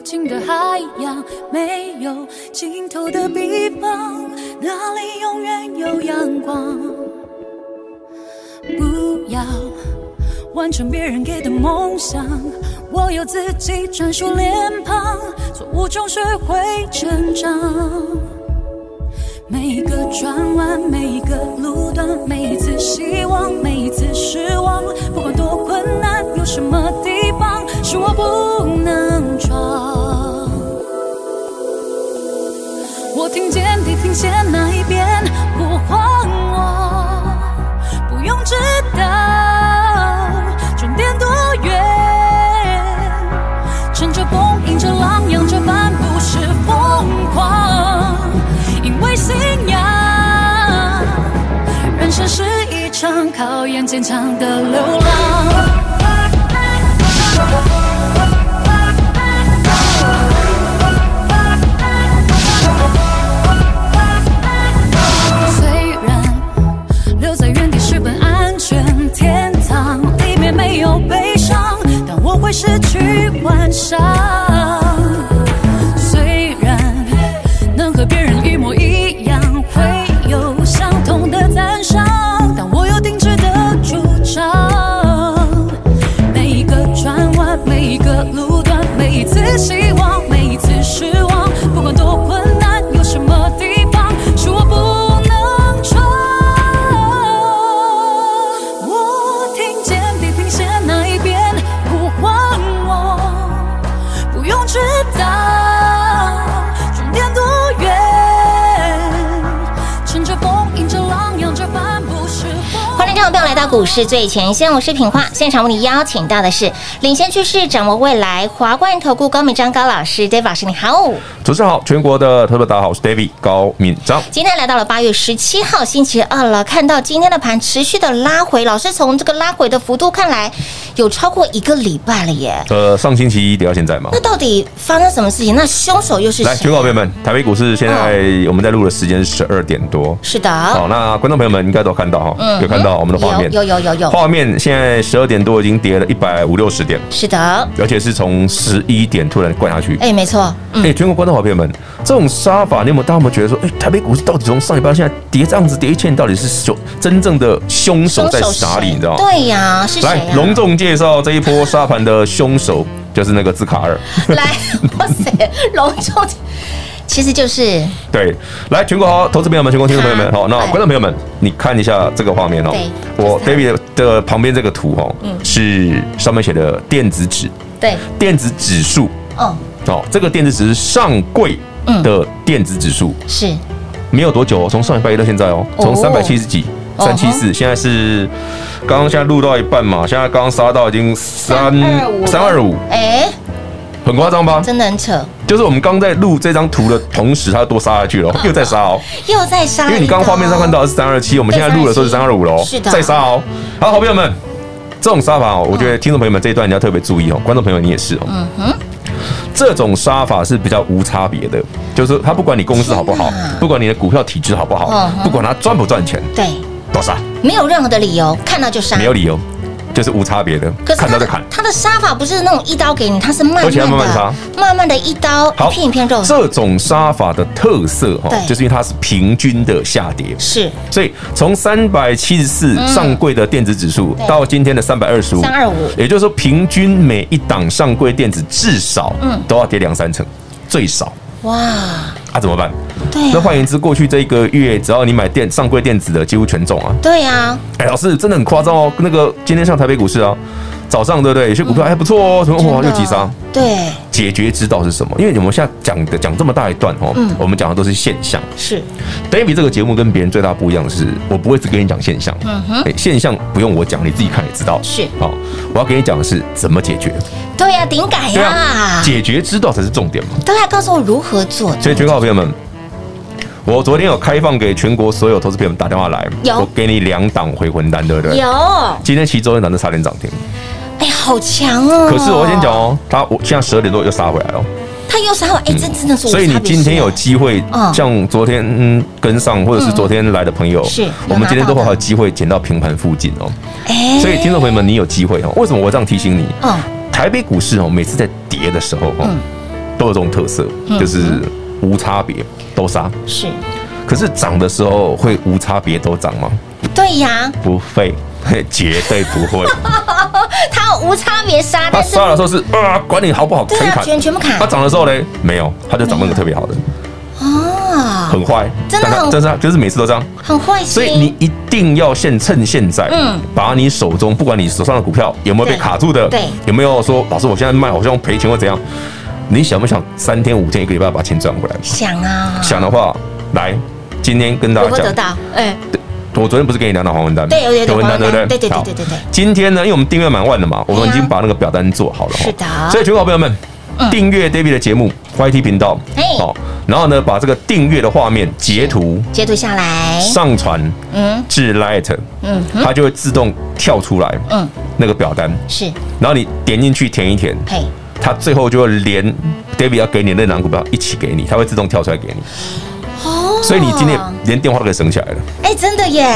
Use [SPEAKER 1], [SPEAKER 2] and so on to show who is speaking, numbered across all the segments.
[SPEAKER 1] 尽的海洋，没有尽头的地方，那里永远有阳光。不要完成别人给的梦想，我有自己专属脸庞，错误中学会成长。每一个转弯，每一个路段，每一次希望，每一次失望，不管多困难，有什么地方是我不能闯？我听见地平线那一边呼唤我，不用知道终点多远，乘着风，迎着浪，扬着帆，不是疯狂，因为信仰。人生是一场考验坚强的流浪。虽然留在原地是本安全天堂，里面没有悲伤，但我会失去幻想。虽然能和别人一模一样，会有相同的赞赏，但我有定制的主张。每一个转弯，每一个路段，每一次希望，每一次失望，不管多困难，有什么地方是我不能闯？我听见地平线那一边呼唤我，不用知道终点多远，乘着风，迎着浪，扬着帆，不是风。
[SPEAKER 2] 欢迎各位朋友来到股市最前线，我是品化。现场为你邀请到的是领先趋势、掌握未来华冠投顾高敏章高老师，David 老师，你好。
[SPEAKER 3] 主持人好，全国的特别大家好，我是 David 高敏章。
[SPEAKER 2] 今天来到了八月十七号星期二了，看到今天的盘持续的拉回，老师从这个拉回的幅度看来，有超过一个礼拜了耶。
[SPEAKER 3] 呃，上星期一聊到现在嘛
[SPEAKER 2] 那，到底发生什么事情？那凶手又是啊
[SPEAKER 3] 来，全
[SPEAKER 2] 谁？
[SPEAKER 3] 国好朋友们，台北股市现在我们在录的时间是十二点多。
[SPEAKER 2] 是的，
[SPEAKER 3] 好，那观众朋友们应该都有看到哈，有看到我们的画面，
[SPEAKER 2] 嗯有有有有有
[SPEAKER 3] 画面现在十二点多已经跌了一百五六十点，
[SPEAKER 2] 是的，
[SPEAKER 3] 而且是从十一点突然灌下去。
[SPEAKER 2] 哎，没错，嗯，
[SPEAKER 3] 哎、全国观众好朋友们，这种杀法，你有没有大家有没有觉得说，哎、台北股市到底从上礼拜到现在跌这样子跌一千，到底是凶真正的凶手在
[SPEAKER 2] 谁
[SPEAKER 3] 哪里？你知道吗？
[SPEAKER 2] 对呀，是谁
[SPEAKER 3] 来，
[SPEAKER 2] 呀？
[SPEAKER 3] 隆重介绍这一波沙盘的凶手，就是那个自卡 尔。
[SPEAKER 2] 来，哇塞，隆重，其实就是
[SPEAKER 3] 对，来，全国好，投资朋友们，全国听众朋友们，
[SPEAKER 2] 他
[SPEAKER 3] 好，那
[SPEAKER 2] 对
[SPEAKER 3] 观众朋友们，你看一下这个画面哦
[SPEAKER 2] 对。
[SPEAKER 3] 我
[SPEAKER 2] 就是
[SPEAKER 3] David 的旁边这个图哦，是上面写的电子指
[SPEAKER 2] 对，
[SPEAKER 3] 电子指数
[SPEAKER 2] 哦，
[SPEAKER 3] 哦，这个电子指是上柜的电子指数，
[SPEAKER 2] 是
[SPEAKER 3] 没有多久哦，从上礼拜一到现在哦，嗯从
[SPEAKER 2] 哦
[SPEAKER 3] 三百七十几。
[SPEAKER 2] 哦
[SPEAKER 3] 三七四，现在是刚刚现在录到一半嘛，现在刚刚杀到已经三
[SPEAKER 2] 325
[SPEAKER 3] 三二五，
[SPEAKER 2] 哎，
[SPEAKER 3] 很夸张吧？
[SPEAKER 2] 真的很扯，
[SPEAKER 3] 就是我们刚在录这张图的同时，它又多杀下去
[SPEAKER 2] 啊
[SPEAKER 3] 了，又再杀哦。
[SPEAKER 2] 又在杀一
[SPEAKER 3] 因
[SPEAKER 2] 个哦，
[SPEAKER 3] 为你刚刚画面上看到的是三二
[SPEAKER 2] 哦
[SPEAKER 3] 七，我们现在录的时候是三二五喽，
[SPEAKER 2] 是的嗯
[SPEAKER 3] 再杀哦。好，好朋友们，这种杀法哦，我觉得听众朋友们这一段你要特别注意哦，观众朋友你也是哦。嗯哼。这种杀法是比较无差别的，就是他不管你公司好不好
[SPEAKER 2] 天哪，
[SPEAKER 3] 不管你的股票体质好不好
[SPEAKER 2] 啊嗯，哼
[SPEAKER 3] 不管它赚不赚钱，
[SPEAKER 2] 对，
[SPEAKER 3] 都杀，
[SPEAKER 2] 没有任何的理由，看到就杀，
[SPEAKER 3] 没有理由，就是无差别的，
[SPEAKER 2] 可是
[SPEAKER 3] 看
[SPEAKER 2] 他
[SPEAKER 3] 到
[SPEAKER 2] 的嗯
[SPEAKER 3] 就砍。
[SPEAKER 2] 他的杀法不是那种一刀给你，他是慢慢
[SPEAKER 3] 而且
[SPEAKER 2] 的、
[SPEAKER 3] 要慢慢杀
[SPEAKER 2] 的一刀一片一片肉，
[SPEAKER 3] 这种杀法的特色哈
[SPEAKER 2] 对，
[SPEAKER 3] 就是因为它是平均的下跌，
[SPEAKER 2] 是
[SPEAKER 3] 所以从三百七十四上柜的电子指数
[SPEAKER 2] 嗯对
[SPEAKER 3] 到今天的三百二十五，
[SPEAKER 2] 325
[SPEAKER 3] 也就是说平均每一档上柜电子至少
[SPEAKER 2] 嗯
[SPEAKER 3] 都要跌两三成，最少
[SPEAKER 2] 哇，
[SPEAKER 3] 啊，怎么办？
[SPEAKER 2] 对
[SPEAKER 3] 那
[SPEAKER 2] 啊，
[SPEAKER 3] 换言之，过去这一个月，只要你买电上柜电子的，几乎全中啊！
[SPEAKER 2] 对啊，
[SPEAKER 3] 哎，老师真的很夸张哦。那个今天上台北股市啊，早上对不对？有些股票还不错哦，什么哇
[SPEAKER 2] 真
[SPEAKER 3] 又
[SPEAKER 2] 的
[SPEAKER 3] 急杀，
[SPEAKER 2] 对，
[SPEAKER 3] 解决之道是什么？因为我们现在讲的讲这么大一段哦，
[SPEAKER 2] 嗯
[SPEAKER 3] 我们讲的都是现象。
[SPEAKER 2] 是
[SPEAKER 3] David 这个节目跟别人最大不一样的是，我不会只跟你讲现象，嗯现象不用我讲，你自己看也知道。
[SPEAKER 2] 是
[SPEAKER 3] 好，我要给你讲的是怎么解决，
[SPEAKER 2] 对呀、顶改
[SPEAKER 3] 对
[SPEAKER 2] 呀、
[SPEAKER 3] 啊，解决之道才是重点嘛。
[SPEAKER 2] 对啊，告诉我如何做。
[SPEAKER 3] 所以，全国好朋友们，我昨天有开放给全国所有投资朋友们打电话来，
[SPEAKER 2] 有
[SPEAKER 3] 我给你两档回魂单，对不对？
[SPEAKER 2] 有，
[SPEAKER 3] 今天其中一档就差点涨停，
[SPEAKER 2] 哎，好强哦！
[SPEAKER 3] 可是我先讲，哦，它我现在十二点多又杀回来哦，
[SPEAKER 2] 他又杀我，哎，这真的是我差别是。
[SPEAKER 3] 所以你今天有机会
[SPEAKER 2] 嗯，
[SPEAKER 3] 像昨天嗯跟上或者是昨天来的朋友，
[SPEAKER 2] 是有
[SPEAKER 3] 我们今天
[SPEAKER 2] 拿到
[SPEAKER 3] 都
[SPEAKER 2] 的
[SPEAKER 3] 还有机会捡到平盘附近哦。
[SPEAKER 2] 哎，
[SPEAKER 3] 所以，听众朋友们，你有机会哦。为什么我这样提醒你？
[SPEAKER 2] 嗯，
[SPEAKER 3] 台北股市哦，每次在跌的时候哦，都有这种特色，
[SPEAKER 2] 嗯
[SPEAKER 3] 就是无差别都杀。
[SPEAKER 2] 是
[SPEAKER 3] 可是涨的时候会无差别都涨吗？
[SPEAKER 2] 对呀，
[SPEAKER 3] 不会， 嘿绝对不 会。
[SPEAKER 2] 他无差别杀，
[SPEAKER 3] 它
[SPEAKER 2] 但是
[SPEAKER 3] 杀的时候是啊，管你好不好，
[SPEAKER 2] 对啊
[SPEAKER 3] 砍一砍，
[SPEAKER 2] 全全部砍
[SPEAKER 3] 它涨的时候呢，没有，它就涨那个特别好的，
[SPEAKER 2] 啊，
[SPEAKER 3] 很坏，
[SPEAKER 2] 真的
[SPEAKER 3] 但它
[SPEAKER 2] 很
[SPEAKER 3] 但是它就是每次都这样。
[SPEAKER 2] 很坏心。
[SPEAKER 3] 所以你一定要现趁现在，
[SPEAKER 2] 嗯
[SPEAKER 3] 把你手中不管你手上的股票有没有被
[SPEAKER 2] 对
[SPEAKER 3] 卡住的，
[SPEAKER 2] 对
[SPEAKER 3] 有没有说老师我现在卖好像赔钱或怎样，你想不想三天五天一个礼拜把钱赚回来？
[SPEAKER 2] 想啊，
[SPEAKER 3] 想的话，来，今天跟大
[SPEAKER 2] 如
[SPEAKER 3] 家
[SPEAKER 2] 何得
[SPEAKER 3] 讲，
[SPEAKER 2] 到？哎，
[SPEAKER 3] 我昨天不是给你两档黄文单，
[SPEAKER 2] 对有有有
[SPEAKER 3] 黄文
[SPEAKER 2] 黄
[SPEAKER 3] 单对
[SPEAKER 2] 文
[SPEAKER 3] 不
[SPEAKER 2] 单对对
[SPEAKER 3] 对？
[SPEAKER 2] 对
[SPEAKER 3] 好
[SPEAKER 2] 对对对
[SPEAKER 3] 今天呢，因为我们订阅满万了嘛，我们已经把那个表单做好了哦。
[SPEAKER 2] 是的嗯
[SPEAKER 3] 所以全国好朋友们，订阅 David 的节目 YT 频道
[SPEAKER 2] 嘿，
[SPEAKER 3] 好，然后呢，把这个订阅的画面截图
[SPEAKER 2] 截图下来，
[SPEAKER 3] 上传
[SPEAKER 2] 嗯
[SPEAKER 3] 至 Light，
[SPEAKER 2] 嗯，
[SPEAKER 3] 它就会自动跳出来，
[SPEAKER 2] 嗯，
[SPEAKER 3] 那个表单，
[SPEAKER 2] 是，
[SPEAKER 3] 然后你点进去填一填，
[SPEAKER 2] 嘿，
[SPEAKER 3] 它最后就会连 David 要给你的那档股票一起给你，它会自动跳出来给你，
[SPEAKER 2] 哦，
[SPEAKER 3] 所以你今天连电话都可以省起来了。
[SPEAKER 2] 哎，真的耶，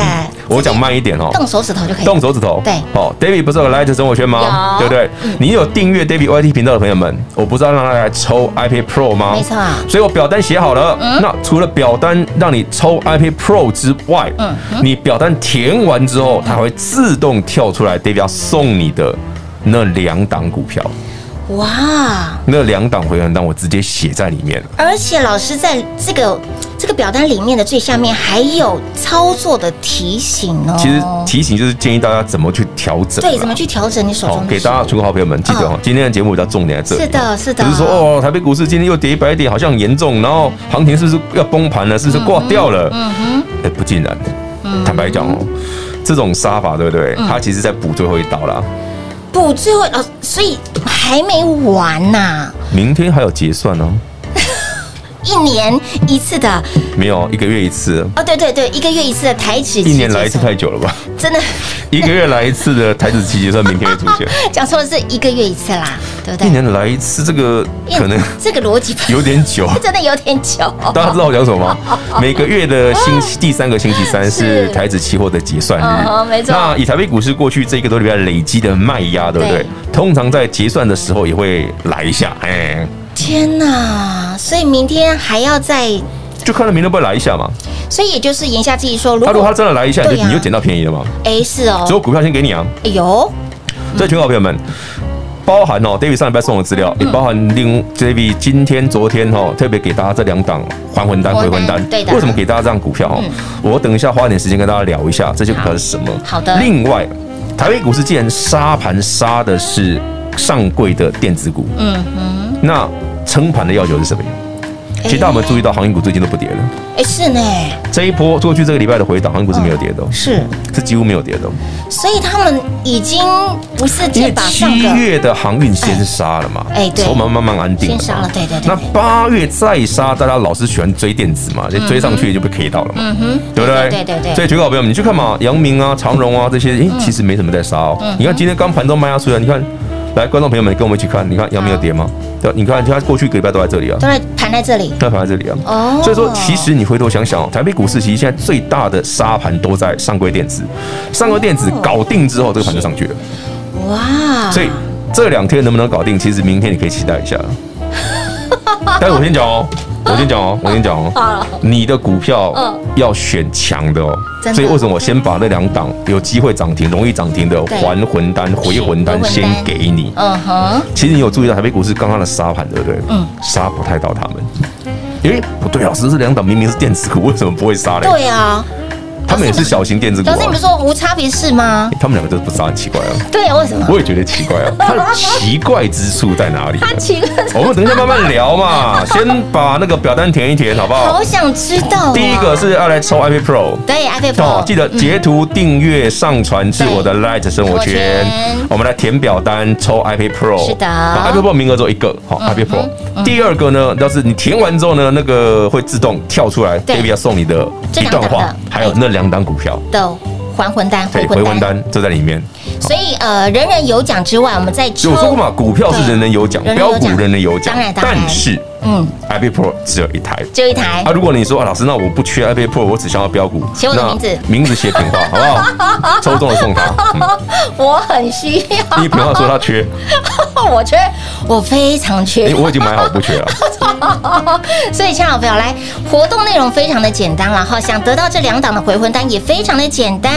[SPEAKER 3] 我讲慢一点哦。
[SPEAKER 2] 动手指头就可以
[SPEAKER 3] 动手指头，
[SPEAKER 2] 哎对
[SPEAKER 3] 哦，David 不是有个 Light 生活圈吗？
[SPEAKER 2] 有
[SPEAKER 3] 对
[SPEAKER 2] 嗯
[SPEAKER 3] 不对？你有订阅 David YT 频道的朋友们，我不是要让他来抽 iPad Pro 吗？
[SPEAKER 2] 没错嗯
[SPEAKER 3] 所以我表单写好了。那除了表单让你抽 iPad Pro 之外，
[SPEAKER 2] 嗯
[SPEAKER 3] 你表单填完之后，它会自动跳出来 David 要送你的那两档股票，
[SPEAKER 2] 哇！
[SPEAKER 3] 那两档回函单我直接写在里面了。
[SPEAKER 2] 而且老师在这个这个表单里面的最下面还有操作的提醒哦。
[SPEAKER 3] 其实提醒就是建议大家怎么去调整啦，
[SPEAKER 2] 对，怎么去调整你手
[SPEAKER 3] 好
[SPEAKER 2] 中，的
[SPEAKER 3] 哦给大家
[SPEAKER 2] 持股
[SPEAKER 3] 全国好朋友们记得哦，今天的节目比较重点在这里。
[SPEAKER 2] 是的是的
[SPEAKER 3] 不是说哦，台北股市今天又跌一百点，好像很严重，然后行情是不是要崩盘了？是不是挂掉了？嗯哼，哎，不尽然。坦白讲哦，这种杀法对不对？它其实在补最后一刀啦。
[SPEAKER 2] 不，最后哦，所以还没完呐、
[SPEAKER 3] 明天还有结算哦，
[SPEAKER 2] 一年一次的
[SPEAKER 3] 没有一个月一次，
[SPEAKER 2] 哦，对对对，一个月一次的台指期结
[SPEAKER 3] 一
[SPEAKER 2] 算，
[SPEAKER 3] 年来一次太久了吧？
[SPEAKER 2] 真的
[SPEAKER 3] 一个月来一次的台子期结算，明天会出 现。
[SPEAKER 2] 讲错了，是一个月一次啦，对不对？
[SPEAKER 3] 一年来一次，这个可能
[SPEAKER 2] 这个逻辑
[SPEAKER 3] 有点久。
[SPEAKER 2] 真的有点久。
[SPEAKER 3] 大家知道我讲什么吗？ 每个月的星期第三个星期三
[SPEAKER 2] 是
[SPEAKER 3] 是台指期货的结算
[SPEAKER 2] 哦
[SPEAKER 3] 日，
[SPEAKER 2] 没错
[SPEAKER 3] 那以台北股市过去这个多礼拜累积的卖压，对不对
[SPEAKER 2] 对？
[SPEAKER 3] 通常在结算的时候也会来一下，哎，
[SPEAKER 2] 天哪！所以明天还要再，
[SPEAKER 3] 就看到明天会不会来一下嘛。
[SPEAKER 2] 所以也就是言下之意说，如
[SPEAKER 3] 他如果他
[SPEAKER 2] 果
[SPEAKER 3] 真的来一下，你
[SPEAKER 2] 对
[SPEAKER 3] 就
[SPEAKER 2] 啊
[SPEAKER 3] 你就捡到便宜了嘛。
[SPEAKER 2] 哎是哦
[SPEAKER 3] 所以，我股票先给你啊，
[SPEAKER 2] 哎呦，
[SPEAKER 3] 所以全国好朋友们。包含哦，David 上礼拜送我资
[SPEAKER 2] 嗯
[SPEAKER 3] 料，也包含另 David 今天、昨天哦，特别给大家这两档还魂单、
[SPEAKER 2] 还
[SPEAKER 3] 回
[SPEAKER 2] 魂单
[SPEAKER 3] 魂单。
[SPEAKER 2] 对的嗯
[SPEAKER 3] 为什么给大家这样股票哦？我等一下花点时间跟大家聊一下这些股票是什么。
[SPEAKER 2] 好的
[SPEAKER 3] 另外，台北股市既然杀盘杀的是上柜的电子股，
[SPEAKER 2] 嗯嗯，
[SPEAKER 3] 那撑盘的要求是什么？其实大家有没有注意到，航运股最近都不跌了。
[SPEAKER 2] 哎是呢，
[SPEAKER 3] 这一波过去这个礼拜的回档，航运股是没有跌的、哦，
[SPEAKER 2] 是，
[SPEAKER 3] 是几乎没有跌的哦、
[SPEAKER 2] 所以他们已经不是
[SPEAKER 3] 因
[SPEAKER 2] 剑
[SPEAKER 3] 为
[SPEAKER 2] 拔上
[SPEAKER 3] 七
[SPEAKER 2] 的，
[SPEAKER 3] 月的航运先杀了嘛，
[SPEAKER 2] 哎对
[SPEAKER 3] 筹码慢慢安定嘛
[SPEAKER 2] 先杀了对对对
[SPEAKER 3] 那八月再杀，大家老是喜欢追电子嘛，就追上去就被 K 到了嘛，
[SPEAKER 2] 哼
[SPEAKER 3] 对不对？
[SPEAKER 2] 对对对对
[SPEAKER 3] 所以，全国好朋友们，你去看嘛，阳明啊、长荣啊这些，哎，其实没什么在杀哦。你看今天刚盘中卖压出来，你看，来观众朋友们跟我们一起看，你看阳明有跌吗？对，你看它过去一个礼拜都在这里啊
[SPEAKER 2] 都。在盘在这里。
[SPEAKER 3] 都在盘在这里啊，
[SPEAKER 2] 哦
[SPEAKER 3] 所以说其实你回头想想哦，台北股市其实现在最大的杀盘都在上柜电子，上柜电子搞定之后，这个盘就上去了。
[SPEAKER 2] 哇！
[SPEAKER 3] 所以这两天能不能搞定，其实明天你可以期待 一下。但是我先讲哦，我先 讲哦，我先讲哦，你的股票要选强的哦。
[SPEAKER 2] 真的
[SPEAKER 3] 所以为什么我先把那两档有机会涨停、容易涨停的
[SPEAKER 2] 对
[SPEAKER 3] 还魂单、回魂单
[SPEAKER 2] 回魂
[SPEAKER 3] 先
[SPEAKER 2] 丹
[SPEAKER 3] 给你？
[SPEAKER 2] 嗯哼，
[SPEAKER 3] 其实你有注意到台北股市刚刚的杀盘，对不对？
[SPEAKER 2] 嗯
[SPEAKER 3] 杀不太到啊他们。诶，不对，老师，这两档明明是电子股，为什么不会杀嘞？
[SPEAKER 2] 对啊，
[SPEAKER 3] 他们也是小型电子股、啊
[SPEAKER 2] 老师，你不是说无差别式吗？
[SPEAKER 3] 他们两个都不知道很奇怪啊，
[SPEAKER 2] 对啊，为什么？
[SPEAKER 3] 我也觉得奇怪 啊，它的奇怪之处在哪里呢？啊
[SPEAKER 2] 他奇怪，
[SPEAKER 3] 我们等一下慢慢 聊嘛，先把那个表单填一填，好不好
[SPEAKER 2] 好？想知道、哦。
[SPEAKER 3] 第一个是要来抽 iPad Pro，
[SPEAKER 2] 对 iPad
[SPEAKER 3] 哦
[SPEAKER 2] Pro，，
[SPEAKER 3] 记得截图、订阅、上传至我的 Light 生活
[SPEAKER 2] 嗯生活
[SPEAKER 3] 圈
[SPEAKER 2] 圈。
[SPEAKER 3] 我们来填表单，抽 iPad Pro。
[SPEAKER 2] 是的嗯
[SPEAKER 3] 那，iPad Pro 名额只有一个，好，iPad Pro。第二个呢，要是你填完之后呢，那个会自动跳出来
[SPEAKER 2] 对
[SPEAKER 3] ，David 要送你的
[SPEAKER 2] 这
[SPEAKER 3] 一
[SPEAKER 2] 两
[SPEAKER 3] 段
[SPEAKER 2] 档
[SPEAKER 3] 话
[SPEAKER 2] 的，
[SPEAKER 3] 还有那两档股票，
[SPEAKER 2] 的还魂单，
[SPEAKER 3] 对，回文。单就在里面。
[SPEAKER 2] 所以呃，人人有奖之外，我们再抽。
[SPEAKER 3] 有说过嘛，股票是人人有奖，
[SPEAKER 2] 对
[SPEAKER 3] 标股
[SPEAKER 2] 人人有奖
[SPEAKER 3] 人人有奖
[SPEAKER 2] 当然，当然
[SPEAKER 3] 但是
[SPEAKER 2] 嗯，
[SPEAKER 3] iPad Pro 只有一台。
[SPEAKER 2] 只有一台
[SPEAKER 3] 啊，。如果你说啊，老师，那我不缺 iPad Pro，我只想要标股，
[SPEAKER 2] 写我的
[SPEAKER 3] 那
[SPEAKER 2] 名字
[SPEAKER 3] 名字写品 话，好不好？抽中了送他。嗯
[SPEAKER 2] 我很需要，
[SPEAKER 3] 第一不要说他缺，
[SPEAKER 2] 我缺，我非常
[SPEAKER 3] 哎，
[SPEAKER 2] 缺。
[SPEAKER 3] 我已经买好不缺 了。
[SPEAKER 2] 所以，亲爱的朋友，来活动内容非常的简单啦，然后想得到这两档的回魂单也非常的简单，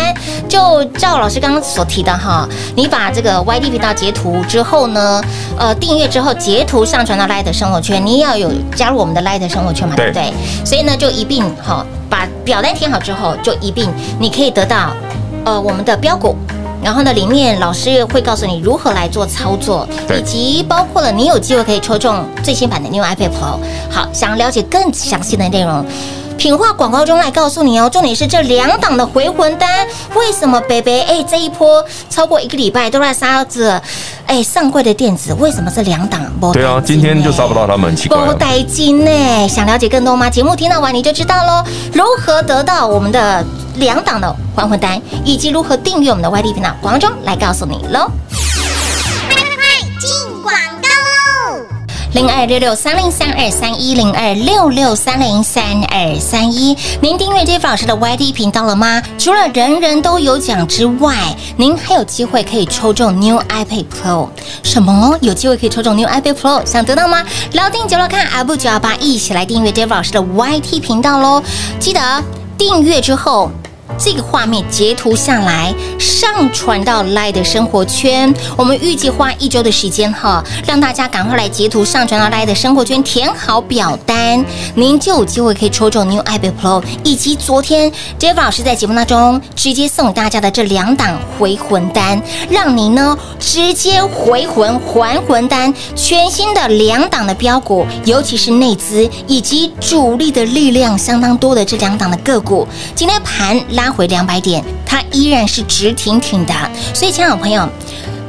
[SPEAKER 2] 就照老师刚刚所提的哈，你把这个 YD 频道截图之后呢，呃，订阅之后截图上传到 Light 生活圈，你也要有加入我们的 Light 生活圈嘛，对不
[SPEAKER 3] 对
[SPEAKER 2] 对？所以呢，就一并哈把表单填好之后，就一并你可以得到呃我们的标股。然后呢，里面老师会告诉你如何来做操作，
[SPEAKER 3] 对
[SPEAKER 2] 以及包括了你有机会可以抽中最新版的 New iPad Pro。好，想了解更详细的内容。品话广告中来告诉你哦，重点是这两档的回魂单，为什么北北哎这一波超过一个礼拜都在杀着哎上柜的电子，为什么这两档没
[SPEAKER 3] 对啊，
[SPEAKER 2] 动静
[SPEAKER 3] 今天就
[SPEAKER 2] 呢
[SPEAKER 3] 杀不到他们，很奇怪
[SPEAKER 2] 包
[SPEAKER 3] 啊。
[SPEAKER 2] 带金呢？想了解更多吗？节目听到完你就知道喽。如何得到我们的两档的还魂单，以及如何订阅我们的 YD 频道，广中来告诉你喽。零二六六三零三二三一零二六六三零三二三一。您订阅 Jeff 老师的 YT 频道了吗？除了人人都有奖之外，您还有机会可以抽中 New iPad Pro。什么？有机会可以抽中 New iPad Pro？想得到吗？聊天九六看阿布九幺八，一起来订阅 Jeff 老师的 YT 频道喽！记得订阅之后。这个画面截图下来，上传到 Line 的生活圈。我们预计花一周的时间哈，让大家赶快来截图上传到 Line 的生活圈，填好表单，您就有机会可以抽中 New iPad Pro，以及昨天 Jeff 老师在节目当中直接送给大家的这两档回魂单，让您呢直接回魂还魂单，全新的两档的标股，尤其是内资以及主力的力量相当多的这两档的个股，今天盘拉回两百点，它依然是直挺挺的。所以，亲爱的朋友。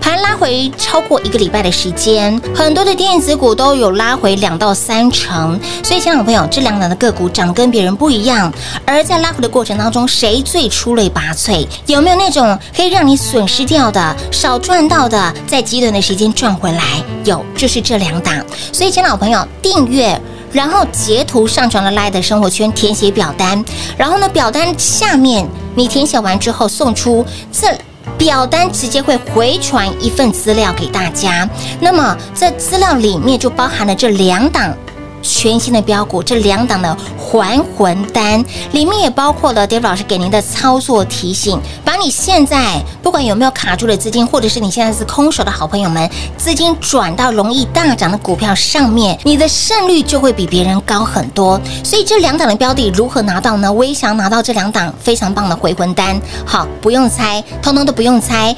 [SPEAKER 2] 盘拉回超过一个礼拜的时间，很多的电子股都有拉回两到三成，所以，亲爱的朋友，这两档的个股涨跟别人不一样。而在拉回的过程当中，谁最出类拔萃？有没有那种可以让你损失掉的、少赚到的，在极短的时间赚回来？有，就是这两档。所以，亲爱的朋友，订阅。然后截图上传了 Line 的生活圈填写表单，然后呢，表单下面你填写完之后送出这表单直接会回传一份资料给大家。那么这资料里面就包含了这两档。全新的标股，这两档的还魂单里面也包括了 Dave 老师给您的操作提醒，把你现在不管有没有卡住的资金，或者是你现在是空手的好朋友们，资金转到容易大涨的股票上面，你的胜率就会比别人高很多。所以这两档的标的如何拿到呢？我也想拿到这两档非常棒的回魂单，好，不用猜，通通都不用猜。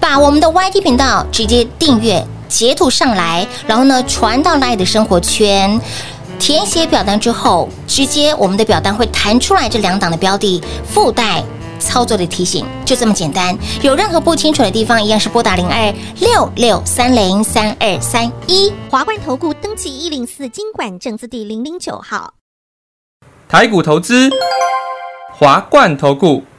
[SPEAKER 2] 把我们的 YT 频道直接订阅、截图上来，然后呢传到 Line 的生活圈。填写表单之后，直接我们的表单会弹出来这两档的标的，附带操作的提醒，就这么简单。有任何不清楚的地方，一样是拨打零二六六三零三二三一。
[SPEAKER 4] 华冠投顾登记一零四经管证字第零零九号。
[SPEAKER 5] 台股投资，华冠投顾。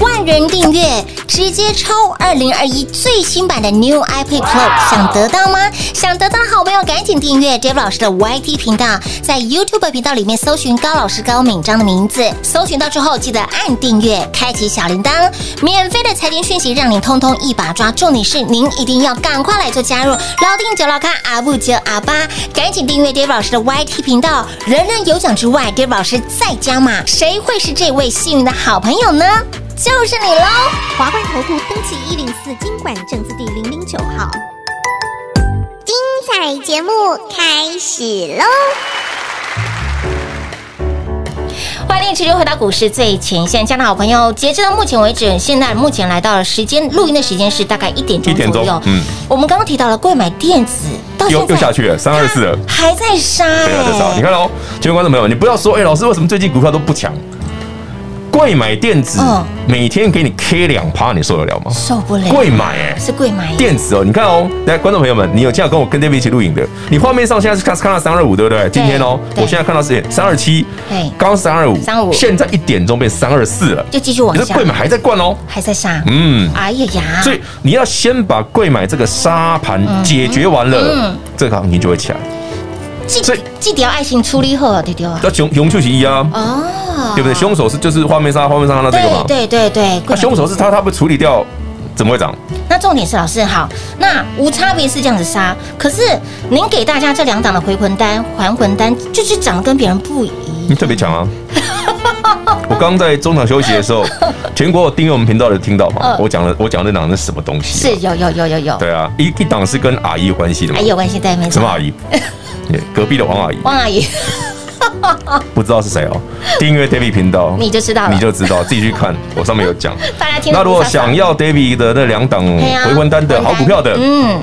[SPEAKER 2] 万人订阅，直接抽二零二一最新版的 New iPad Pro，想得到吗？想得到的好朋友赶紧订阅 Dave 老师的 YT 频道，在 YouTube 频道里面搜寻高老师高敏章的名字，搜寻到之后记得按订阅，开启小铃铛，免费的财经讯息让你通通一把抓。重点是您一定要赶快来做加入，老定九老咖阿布九阿八，赶紧订阅 Dave 老师的 YT 频道，人人有奖之外，Dave 老师再加码，谁会是这位幸运的好朋友呢？就是你喽！
[SPEAKER 4] 华冠投顾登记一零四经管证字第零零九号。精彩节目开始喽！
[SPEAKER 2] 欢迎持续回到股市最前线，亲爱的好朋友，截至到目前为止，现在目前来到了时间录音的时间是大概一点钟
[SPEAKER 3] 一点
[SPEAKER 2] 左
[SPEAKER 3] 钟
[SPEAKER 2] 右。
[SPEAKER 3] 嗯，
[SPEAKER 2] 我们刚刚提到了贵买电子，到现
[SPEAKER 3] 又又
[SPEAKER 2] 在
[SPEAKER 3] 下去了，三二四了。
[SPEAKER 2] 还在杀、
[SPEAKER 3] 对啊，
[SPEAKER 2] 哎
[SPEAKER 3] 这少。你看喽，全国观众朋友，你不要说，哎、老师为什么最近股票都不强？贵买电子、
[SPEAKER 2] 嗯
[SPEAKER 3] 每天给你 K 两趴，你受得了吗？
[SPEAKER 2] 受不了，
[SPEAKER 3] 贵买哎、
[SPEAKER 2] 是贵买
[SPEAKER 3] 电子哦，你看哦，来观众朋友们，你有这样跟我跟 David 一起录影的，你画面上现在是看看到三二五对不对？今天哦，
[SPEAKER 2] 对
[SPEAKER 3] 我现在看到是三二七
[SPEAKER 2] 对，
[SPEAKER 3] 刚三二五，
[SPEAKER 2] 325
[SPEAKER 3] 现在一点钟变三二四了，
[SPEAKER 2] 就继续往
[SPEAKER 3] 可是
[SPEAKER 2] 下
[SPEAKER 3] 贵，买还在灌哦，
[SPEAKER 2] 还在杀。
[SPEAKER 3] 嗯。
[SPEAKER 2] 哎呀呀，
[SPEAKER 3] 所以你要先把贵买这个沙盘
[SPEAKER 2] 嗯
[SPEAKER 3] 解决完了，这个行情就会起来。
[SPEAKER 2] 这
[SPEAKER 3] 所以
[SPEAKER 2] 这条爱情处理后对对啊，
[SPEAKER 3] 那熊熊出其一啊，
[SPEAKER 2] 哦，
[SPEAKER 3] 对不对？凶手是就是画面上画面上看到这个嘛
[SPEAKER 2] 对，对对对，贵
[SPEAKER 3] 那
[SPEAKER 2] 买
[SPEAKER 3] 凶手是他，他不处理掉，怎么会涨？
[SPEAKER 2] 那重点是老师好，那无差别是这样子杀，可是您给大家这两档的回魂单、还魂单，就是长得跟别人不一
[SPEAKER 3] 你特别 强啊！我刚在中场休息的时候，全国有订阅我们频道的听到嘛
[SPEAKER 2] 嗯，
[SPEAKER 3] 我讲了，我讲那档是什么东西
[SPEAKER 2] 是有
[SPEAKER 3] 嘛？
[SPEAKER 2] 有有有有，
[SPEAKER 3] 对啊，一一档是跟阿姨有关系的嘛
[SPEAKER 2] 哎，？有关系在没
[SPEAKER 3] 什么
[SPEAKER 2] 错，
[SPEAKER 3] 阿 姨？对隔壁的王阿姨，
[SPEAKER 2] 汪阿姨
[SPEAKER 3] 不知道是谁哦。订阅 David 频道，
[SPEAKER 2] 你就知道了
[SPEAKER 3] 你就知道，自己 去看，我上面有讲。
[SPEAKER 2] 大家听得
[SPEAKER 3] 那
[SPEAKER 2] 出
[SPEAKER 3] 如果
[SPEAKER 2] 啥啥
[SPEAKER 3] 想要 David 的那两档
[SPEAKER 2] 对啊
[SPEAKER 3] 回魂单的好股票的，
[SPEAKER 2] 嗯，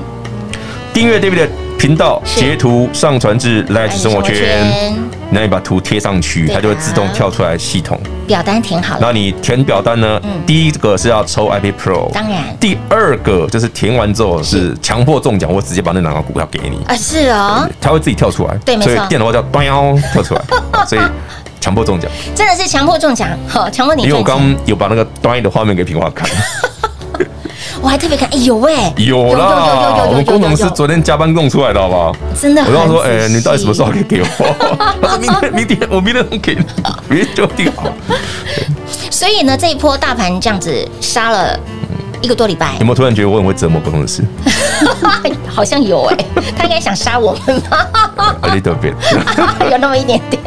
[SPEAKER 3] 订阅 David 的频道，
[SPEAKER 2] 是
[SPEAKER 3] 截图上传至 l i
[SPEAKER 2] 爱
[SPEAKER 3] g
[SPEAKER 2] 情
[SPEAKER 3] 生活圈
[SPEAKER 2] 生活圈，
[SPEAKER 3] 那你把图贴上去，
[SPEAKER 2] 对啊
[SPEAKER 3] 它就会自动跳出来系统。
[SPEAKER 2] 表单填好了，
[SPEAKER 3] 那你填表单呢
[SPEAKER 2] 嗯？
[SPEAKER 3] 第一个是要抽 iPad Pro，
[SPEAKER 2] 当然
[SPEAKER 3] 第二个就是填完之后是强迫中奖，我直接把那两个股票给你，
[SPEAKER 2] 啊是哦，
[SPEAKER 3] 它会自己跳出来。
[SPEAKER 2] 对没错
[SPEAKER 3] 所以电脑会叫“喵” 跳出来，啊所以强迫中奖。
[SPEAKER 2] 真的是强迫中奖，好强迫你
[SPEAKER 3] 因为我
[SPEAKER 2] 中
[SPEAKER 3] 刚
[SPEAKER 2] 奖，
[SPEAKER 3] 有把那个“端”的画面给平花 看，
[SPEAKER 2] 我还特别看，哎有喂，有有
[SPEAKER 3] 有
[SPEAKER 2] 有有有
[SPEAKER 3] 啦，
[SPEAKER 2] 有
[SPEAKER 3] 我们工程师昨天加班弄出来的，好不好？
[SPEAKER 2] 真的
[SPEAKER 3] 我
[SPEAKER 2] 很
[SPEAKER 3] 跟他说：“
[SPEAKER 2] 仔
[SPEAKER 3] 哎、
[SPEAKER 2] 细
[SPEAKER 3] 你到底什么时候可以给我？”他说：“哎 明天，明天，我明天能给你，明天就定好。
[SPEAKER 2] 所以呢，这一波大盘这样子杀了一个多礼拜”
[SPEAKER 3] 有，没有突然觉得我很会折磨工 程师？
[SPEAKER 2] 好像有哎， 他应该想杀我们 吧？
[SPEAKER 3] 有点特别。
[SPEAKER 2] 有那么一点点。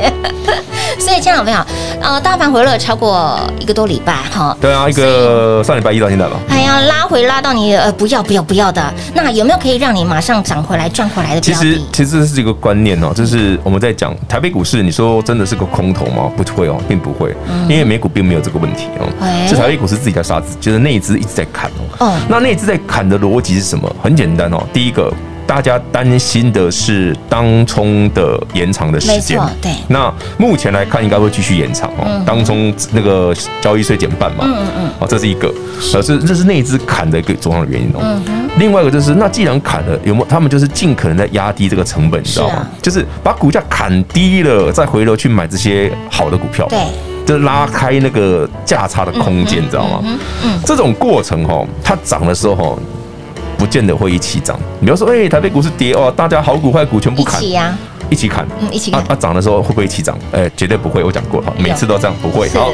[SPEAKER 2] 所以，亲爱的朋友，呃，大盘回落超过一个多礼拜哈。
[SPEAKER 3] 对啊，一个上礼拜一到现在吧。
[SPEAKER 2] 哎呀，拉回拉到你呃不要不要不要的，那有没有可以让你马上涨回来赚回来的
[SPEAKER 3] 其
[SPEAKER 2] 标
[SPEAKER 3] 实
[SPEAKER 2] 的？嗯
[SPEAKER 3] 其实这是一个观念哦，就是我们在讲台北股市，你说真的是个空头吗？不会哦，并不会，
[SPEAKER 2] 嗯
[SPEAKER 3] 因为美股并没有这个问题
[SPEAKER 2] 哎
[SPEAKER 3] 哦。是台北股市自己在杀自己，就是内资一直在砍
[SPEAKER 2] 哦
[SPEAKER 3] 哦。那内资在砍的逻辑是什么？很简单哦，第一个。大家担心的是当冲的延长的时
[SPEAKER 2] 没
[SPEAKER 3] 间
[SPEAKER 2] 错，对
[SPEAKER 3] 那目前来看，应该会继续延长
[SPEAKER 2] 嗯
[SPEAKER 3] 哦。当冲那个交易税减半嘛，嗯嗯，哦，这是一个，呃，这这是内资砍的一个重要的原因哦。
[SPEAKER 2] 嗯
[SPEAKER 3] 另外一个就是，那既然砍了，有没有他们就是尽可能在压低这个成本，你知道
[SPEAKER 2] 是
[SPEAKER 3] 吗
[SPEAKER 2] 啊？
[SPEAKER 3] 就是把股价砍低了，再回头去买这些好的股票，
[SPEAKER 2] 对，嗯
[SPEAKER 3] 就拉开那个价差的空间，你知道吗？这种过程哦，它涨的时候哦，不见得会一起涨。比如说，哎，台北股市跌哦，大家好股坏股全部
[SPEAKER 2] 一
[SPEAKER 3] 砍，
[SPEAKER 2] 起啊呀、
[SPEAKER 3] 一起砍，
[SPEAKER 2] 嗯一起砍
[SPEAKER 3] 啊啊涨的时候会不会一起涨？哎，绝对不会，我讲过哈，每次都这样，不会
[SPEAKER 2] 是嗯
[SPEAKER 3] 好，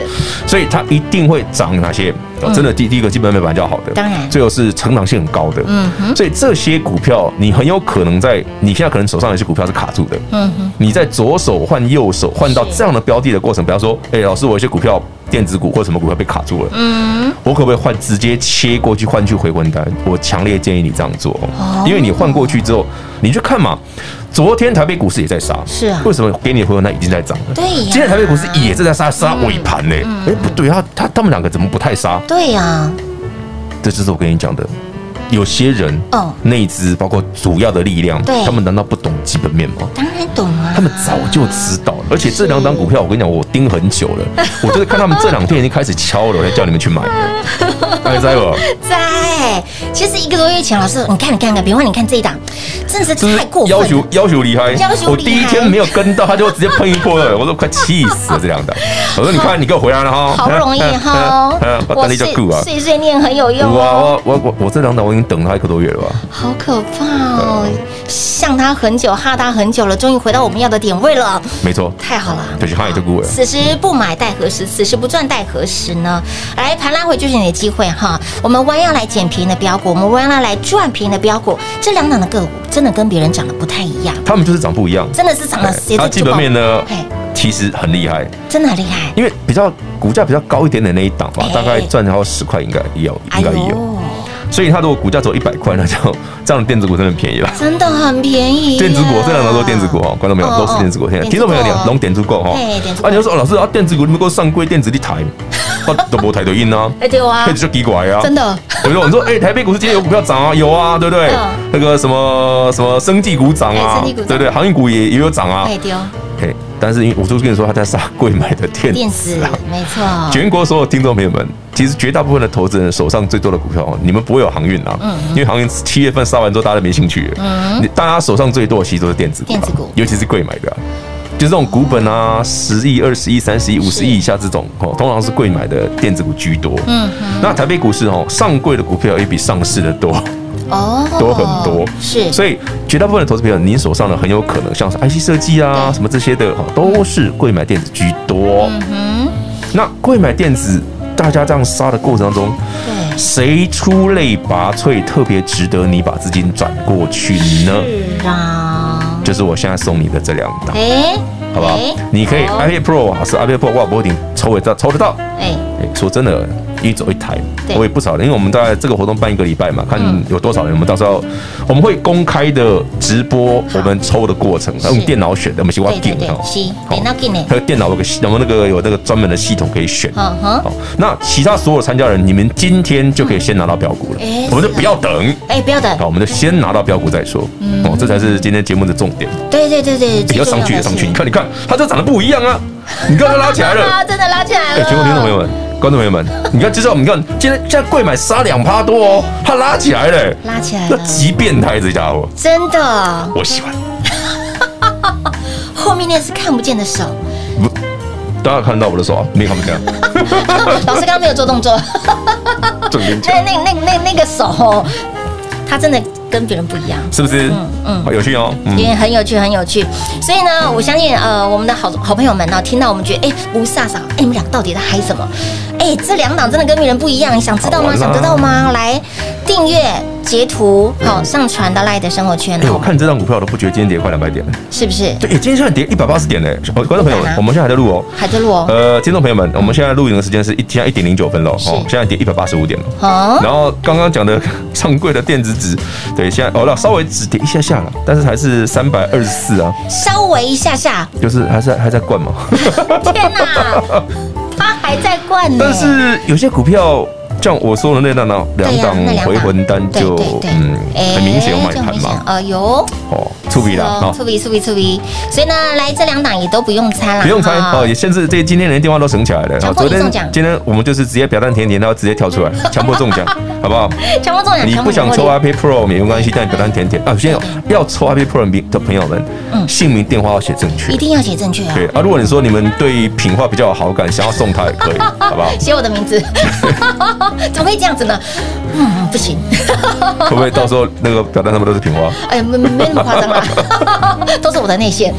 [SPEAKER 3] 所以它一定会涨哪些？哦真的第第一个基本面比较好的，
[SPEAKER 2] 当然
[SPEAKER 3] 最后是成长性很高的，
[SPEAKER 2] 嗯哼，
[SPEAKER 3] 所以这些股票你很有可能在你现在可能手上有些股票是卡住的，
[SPEAKER 2] 嗯哼，
[SPEAKER 3] 你在左手换右手换到这样的标的的过程，比方说，哎，老师，我有些股票电子股或什么股票被卡住了，
[SPEAKER 2] 嗯，
[SPEAKER 3] 我可不可以换直接切过去换去回魂丹？我强烈建议你这样做，
[SPEAKER 2] 哦
[SPEAKER 3] 哦、因为你换过去之后，你去看嘛，昨天台北股市也在杀，
[SPEAKER 2] 是啊
[SPEAKER 3] 为什么给你的回魂丹已经在涨了？
[SPEAKER 2] 对呀
[SPEAKER 3] 今天台北股市也正在杀，杀尾盘呢、
[SPEAKER 2] 嗯
[SPEAKER 3] 哎、不对啊，他他们两个怎么不太杀？
[SPEAKER 2] 对呀、
[SPEAKER 3] 这就是我跟你讲的，有些人
[SPEAKER 2] 哦
[SPEAKER 3] 内资包括主要的力量，
[SPEAKER 2] 对
[SPEAKER 3] 他们难道不懂基本面吗？
[SPEAKER 2] 当然懂啊，
[SPEAKER 3] 他们早就知道了。而且这两档股票，我跟你讲，我盯很久了，我就是看他们这两天已经开始敲了，我才叫你们去买的。大家知道不？
[SPEAKER 2] 在，其实一个多月前，老师，你看，你看，你看，比方你看这一档，真的
[SPEAKER 3] 就是
[SPEAKER 2] 是太过分
[SPEAKER 3] 要
[SPEAKER 2] 了。
[SPEAKER 3] 求要求厉害
[SPEAKER 2] 要求厉，害
[SPEAKER 3] 我第一天没有跟到，他就直接喷一波了，我都快气死了这两档。我说你看，你给我回来了哈，，
[SPEAKER 2] 好不容易哈
[SPEAKER 3] 我
[SPEAKER 2] 我
[SPEAKER 3] 等你就够啊。
[SPEAKER 2] 碎碎念很有用
[SPEAKER 3] 我
[SPEAKER 2] 哦，
[SPEAKER 3] 我我我我这两档我已经等了他一个多月了吧？
[SPEAKER 2] 好可怕哦，像他很久，哈他很久了，终于回到我们要的点位了，
[SPEAKER 3] 没错，
[SPEAKER 2] 太好了。
[SPEAKER 3] 就是他也就够了。
[SPEAKER 2] 此时不买待何时？此时不赚待何时呢？来盘拉回就是你的机会哈。我们弯腰来捡便宜的标股，我们弯腰来赚便宜的标股。这两档的个股真的跟别人长得不太一样，
[SPEAKER 3] 他们就是长不一样，
[SPEAKER 2] 真的是长得
[SPEAKER 3] 哎
[SPEAKER 2] 谁
[SPEAKER 3] 它基本面呢
[SPEAKER 2] 嘿，
[SPEAKER 3] 其实很厉害，
[SPEAKER 2] 真的很厉害。
[SPEAKER 3] 因为比较股价比较高一点的那一档吧
[SPEAKER 2] 哎，
[SPEAKER 3] 大概赚超十块应该也有，
[SPEAKER 2] 哎
[SPEAKER 3] 应该也有。
[SPEAKER 2] 呦，
[SPEAKER 3] 所以它如果股价只有一百块，那就这样的电子股真的很便宜了。
[SPEAKER 2] 真的很便宜啊耶。
[SPEAKER 3] 电子股，这两个都是电子股
[SPEAKER 2] 哎哦，
[SPEAKER 3] 哦，观众朋友
[SPEAKER 2] 哦
[SPEAKER 3] 都是电子股，现在听众朋友
[SPEAKER 2] 哎
[SPEAKER 3] 你拢电子股哦。
[SPEAKER 2] 嘿电子股
[SPEAKER 3] 啊，你就说哦老师啊，电子股你们给我上柜电子 的台，啊都无抬头印啊，
[SPEAKER 2] 哎对啊
[SPEAKER 3] 那，就奇怪啊。
[SPEAKER 2] 真的
[SPEAKER 3] 我说，你说，哎、台北股市今天有股票涨啊，有啊，对不对？
[SPEAKER 2] 嗯
[SPEAKER 3] 那个什么什么生技股涨
[SPEAKER 2] 哎
[SPEAKER 3] 啊，
[SPEAKER 2] 生技股涨
[SPEAKER 3] 对不对？航运股也也有涨啊。
[SPEAKER 2] 哎丢
[SPEAKER 3] 嘿，但是因为我就是跟你说，他在沙柜买的电
[SPEAKER 2] 电
[SPEAKER 3] 子
[SPEAKER 2] 子
[SPEAKER 3] 啊。，
[SPEAKER 2] 没错。
[SPEAKER 3] 全国所有听众朋友们，其实绝大部分的投资人手上最多的股票哦，你们不会有航运啊，因为航运七月份杀完之后，大家都没兴趣了。你大家手上最多的其实都是电子股啊，
[SPEAKER 2] 电子股
[SPEAKER 3] 尤其是贵买的啊、就是这种股本啊，十亿、二十亿、三十亿、五十亿以下这种哦，通常是贵买的电子股居多。嗯，那台北股市哦，上柜的股票也比上市的多，
[SPEAKER 2] 哦，
[SPEAKER 3] 多很多
[SPEAKER 2] 是，嗯
[SPEAKER 3] 所以绝大部分的投资朋友，您手上的很有可能像是 IC 设计啊
[SPEAKER 2] 对
[SPEAKER 3] 什么这些的哦，都是贵买电子居多。
[SPEAKER 2] 嗯，
[SPEAKER 3] 那贵买电子，大家这样杀的过程当中，
[SPEAKER 2] 对，
[SPEAKER 3] 谁出类拔萃，特别值得你把资金转过去呢？
[SPEAKER 2] 是啊，
[SPEAKER 3] 就是我现在送你的这两档，
[SPEAKER 2] 哎，
[SPEAKER 3] 好不好
[SPEAKER 2] 哎？
[SPEAKER 3] 你可以
[SPEAKER 2] 好
[SPEAKER 3] iPad Pro 啊，是 iPad Pro 挂脖顶抽得到，抽得到。
[SPEAKER 2] 哎，
[SPEAKER 3] 哎说真的，一走一台
[SPEAKER 2] 对，嗯
[SPEAKER 3] 我也不少人，因为我们大概这个活动办一个礼拜嘛，看有多少人。我们到时候我们会公开的直播我们抽的过程，
[SPEAKER 2] 是
[SPEAKER 3] 用电脑选的，我们是挖
[SPEAKER 2] 对对
[SPEAKER 3] 镜
[SPEAKER 2] 对，是，
[SPEAKER 3] 好
[SPEAKER 2] 点到进呢，
[SPEAKER 3] 还有电脑有个系我们那个有那个专门的系统可以选。
[SPEAKER 2] 嗯哼，
[SPEAKER 3] 好，那其他所有参加人，你们今天就可以先拿到标股了
[SPEAKER 2] 哎，
[SPEAKER 3] 我们
[SPEAKER 2] 是
[SPEAKER 3] 就
[SPEAKER 2] 啊
[SPEAKER 3] 不要等。
[SPEAKER 2] 哎，不要等
[SPEAKER 3] 好，，我们就先拿到标股再说。哦，这才是今天节目的重点。
[SPEAKER 2] 对对对对，
[SPEAKER 3] 哎
[SPEAKER 2] 最
[SPEAKER 3] 要
[SPEAKER 2] 重
[SPEAKER 3] 上去，要
[SPEAKER 2] 的
[SPEAKER 3] 上
[SPEAKER 2] 是
[SPEAKER 3] 去！你看，你看，它这长得不一样啊！你看它拉起来了。
[SPEAKER 2] 啊，真的拉起来
[SPEAKER 3] 哎，
[SPEAKER 2] 了，
[SPEAKER 3] 全国听众朋友们、观众朋友们，你看，至少我们看，今天现在贵买杀两趴多哦，它拉起来了。
[SPEAKER 2] 拉起来
[SPEAKER 3] 那
[SPEAKER 2] 了，
[SPEAKER 3] 极变态这家伙，
[SPEAKER 2] 真的，
[SPEAKER 3] 我喜欢。
[SPEAKER 2] 后面那是看不见的 手，
[SPEAKER 3] 大家看到我的手啊，没看不见，
[SPEAKER 2] 老师刚刚没有做 动作，
[SPEAKER 3] 正跟前
[SPEAKER 2] 那那那那那个手，他真的跟别人不一样。
[SPEAKER 3] 是不是？嗯有趣哦。嗯
[SPEAKER 2] 因为很有趣，很有趣。所以呢，我相信呃，我们的好好朋友们呢、听到我们觉得，哎、吴萨萨，哎、你们俩到底在嗨什么？哎、这两档真的跟别人不一样，你想知道
[SPEAKER 3] 好
[SPEAKER 2] 吗？
[SPEAKER 3] 玩啊
[SPEAKER 2] 想知道吗？来订阅、截图，好、上传到赖的生活圈
[SPEAKER 3] 嗯哎，我
[SPEAKER 2] 哦，
[SPEAKER 3] 看这张股票我都不觉得今天跌快两百点了。
[SPEAKER 2] 是不是？
[SPEAKER 3] 对，哎今天现在跌一百八十点嘞！哦观众朋友
[SPEAKER 2] 180
[SPEAKER 3] 们，我们现在还在录哦。
[SPEAKER 2] 海之路哦，
[SPEAKER 3] 呃，听众朋友们，我们现在录影的时间是一现在一点零九分了，
[SPEAKER 2] 是
[SPEAKER 3] 哦，现在跌一百八十五点了。
[SPEAKER 2] 哦，
[SPEAKER 3] 然后刚刚讲的上柜的电子纸，对，现在哦，那稍微只跌一下下了，但是还是三百二十四啊，
[SPEAKER 2] 稍微一下 下，
[SPEAKER 3] 就是还是还在灌嘛。
[SPEAKER 2] 啊天哪，他还在灌呢。
[SPEAKER 3] 但是有些股票，像我说的那档
[SPEAKER 2] 对
[SPEAKER 3] 两
[SPEAKER 2] 呀
[SPEAKER 3] 档
[SPEAKER 2] 那两档
[SPEAKER 3] 回魂丹
[SPEAKER 2] 对
[SPEAKER 3] 就
[SPEAKER 2] 对对，
[SPEAKER 3] 嗯
[SPEAKER 2] 哎
[SPEAKER 3] 很明显有买
[SPEAKER 2] 就很
[SPEAKER 3] 盘
[SPEAKER 2] 明显
[SPEAKER 3] 嘛，
[SPEAKER 2] 呃，有。
[SPEAKER 3] 哦，出笔啦
[SPEAKER 2] 哦
[SPEAKER 3] 啊，
[SPEAKER 2] 出鼻出鼻出鼻，所以呢，来这两档也都不用猜啦，
[SPEAKER 3] 不用猜
[SPEAKER 2] 哈
[SPEAKER 3] 哦，也甚至这今天连电话都省起来了。
[SPEAKER 2] 啊强
[SPEAKER 3] 哦
[SPEAKER 2] 迫你中奖
[SPEAKER 3] 今天我们就是直接表单填一填，然后直接跳出来，强迫中奖，好不好？
[SPEAKER 2] 强迫中奖，
[SPEAKER 3] 你
[SPEAKER 2] 强迫
[SPEAKER 3] 不想
[SPEAKER 2] 获利
[SPEAKER 3] 抽啊 iPad Pro 也没关系，但你表单填填啊。现在要抽 iPad Pro 的朋友们，姓名、电话要写正
[SPEAKER 2] 嗯
[SPEAKER 3] 确
[SPEAKER 2] 一。定要写正确啊！
[SPEAKER 3] 对啊，如果你说你们对品话比较有好感，想要送它也可以，好 不好？
[SPEAKER 2] 写我的名字，怎么会这样子呢？嗯，不行，
[SPEAKER 3] 会不会到时候那个表单上面都是品话？
[SPEAKER 2] 哎，没没那么夸张啦， 都是我的内线。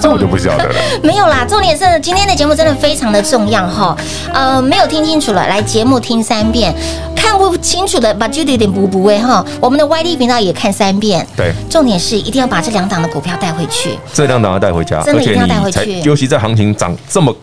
[SPEAKER 3] 这我就不晓得了。
[SPEAKER 2] 没有啦，重点是今天的节目真的非常的重要哈。呃，没有听清楚了，来节目听三遍，看不清楚的把 Judy 有点补补位哈。我们的 YD 频道也看三遍。
[SPEAKER 3] 对，
[SPEAKER 2] 重点是一定要把这两档的股票带回去。
[SPEAKER 3] 这辆档要带回家，
[SPEAKER 2] 真的一定要带回
[SPEAKER 3] 你才，
[SPEAKER 2] 去
[SPEAKER 3] 尤其在行情涨这么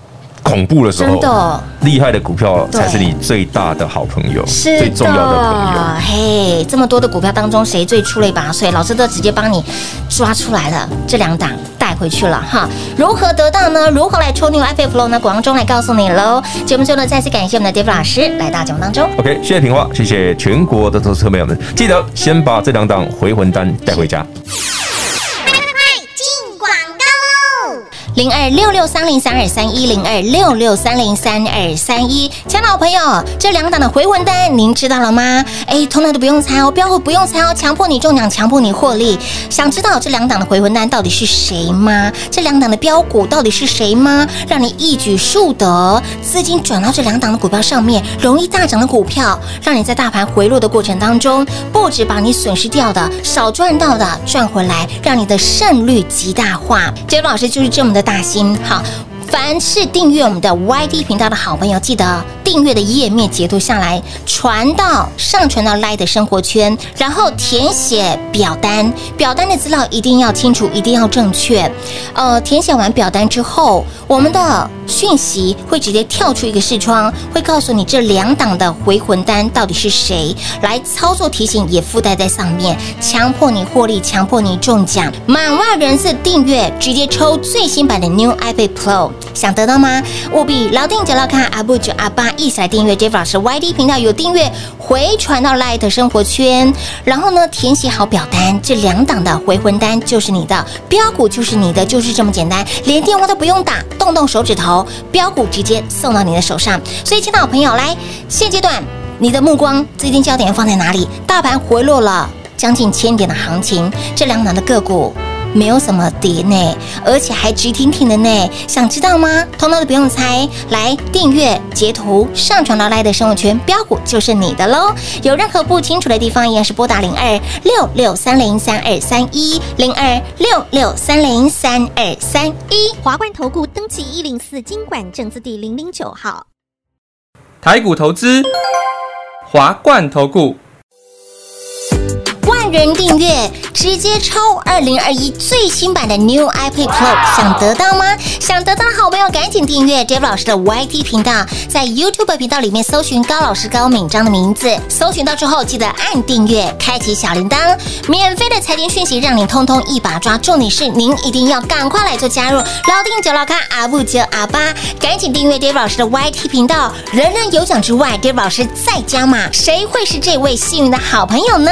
[SPEAKER 3] 恐怖的时
[SPEAKER 2] 真
[SPEAKER 3] 候
[SPEAKER 2] 的，
[SPEAKER 3] 厉害的股票
[SPEAKER 2] 对
[SPEAKER 3] 才是你最大的好朋友，
[SPEAKER 2] 是的，
[SPEAKER 3] 最重要的朋友。
[SPEAKER 2] 嘿，这么多的股票当中，谁最出类拔萃？老师都直接帮你抓出来了，这两档带回去了哈。如何得到呢？如何来抽牛 iPad Pro 呢？广中来告诉你喽。节目最后呢，再次感谢我们的 Dave 老师来到节目当中。
[SPEAKER 3] OK，谢谢平花，谢谢全国的投资者朋友们，记得先把这两档回魂丹带回家。
[SPEAKER 6] 快进广告喽！
[SPEAKER 2] 零二六六三零三二三一零二六六三零三二三一。亲爱的好朋友，这两档的回魂单您知道了吗？哎，通通都不用猜哦，标股不用猜哦，强迫你中奖，强迫你获利。想知道这两档的回魂单到底是谁吗？这两档的标股到底是谁吗？让你一举数得，资金转到这两档的股票上面，容易大涨的股票，让你在大盘回落的过程当中，不止把你损失掉的、少赚到的赚回来，让你的胜率极大化。杰老师就是这么的大心，好。凡是订阅我们的 YD 频道的好朋友，记得订阅的页面截图下来，传到上传到 Line 的生活圈，然后填写表单。表单的资料一定要清楚，一定要正确。呃，填写完表单之后，我们的讯息会直接跳出一个视窗，会告诉你这两档的回魂单到底是谁来操作提醒，也附带在上面，强迫你获利，强迫你中奖。满万人次订阅，直接抽最新版的 New iPad Pro。想得到吗？务必老定九老看阿布九阿爸一起来订阅 Jeff 老师 YD 频道，有订阅回传到 Light 生活圈，然后呢填写好表单，这两档的回魂单就是你的，标股就是你的，就是这么简单，连电话都不用打，动动手指头，标股直接送到你的手上。所以，亲爱的好朋友，来现阶段你的目光最近焦点要放在哪里？大盘回落了将近千点的行情，这两档的个股。没有什么跌呢，而且还直挺挺的呢。想知道吗？通通都不用猜，来订阅、截图、上传到赖的生活圈，标股就是你的喽。有任何不清楚的地方，一样是拨打零二六六三零三二三一零二六六三零三二三一。
[SPEAKER 4] 华冠投顾登记一零四经管证字第零零九号。
[SPEAKER 5] 台股投资，华冠投顾。
[SPEAKER 2] 万人订阅，直接抽二零二一最新版的 New iPad Pro，想得到吗？想得到的好朋友赶紧订阅 Dave 老师的 YT 频道，在 YouTube 频道里面搜寻高老师高敏章的名字，搜寻到之后记得按订阅，开启小铃铛，免费的财经讯息让你通通一把抓。重点是您一定要赶快来做加入，老定九老咖阿布九阿巴，赶紧订阅 Dave 老师的 YT 频道，人人有奖之外，Dave 老师再加码，谁会是这位幸运的好朋友呢？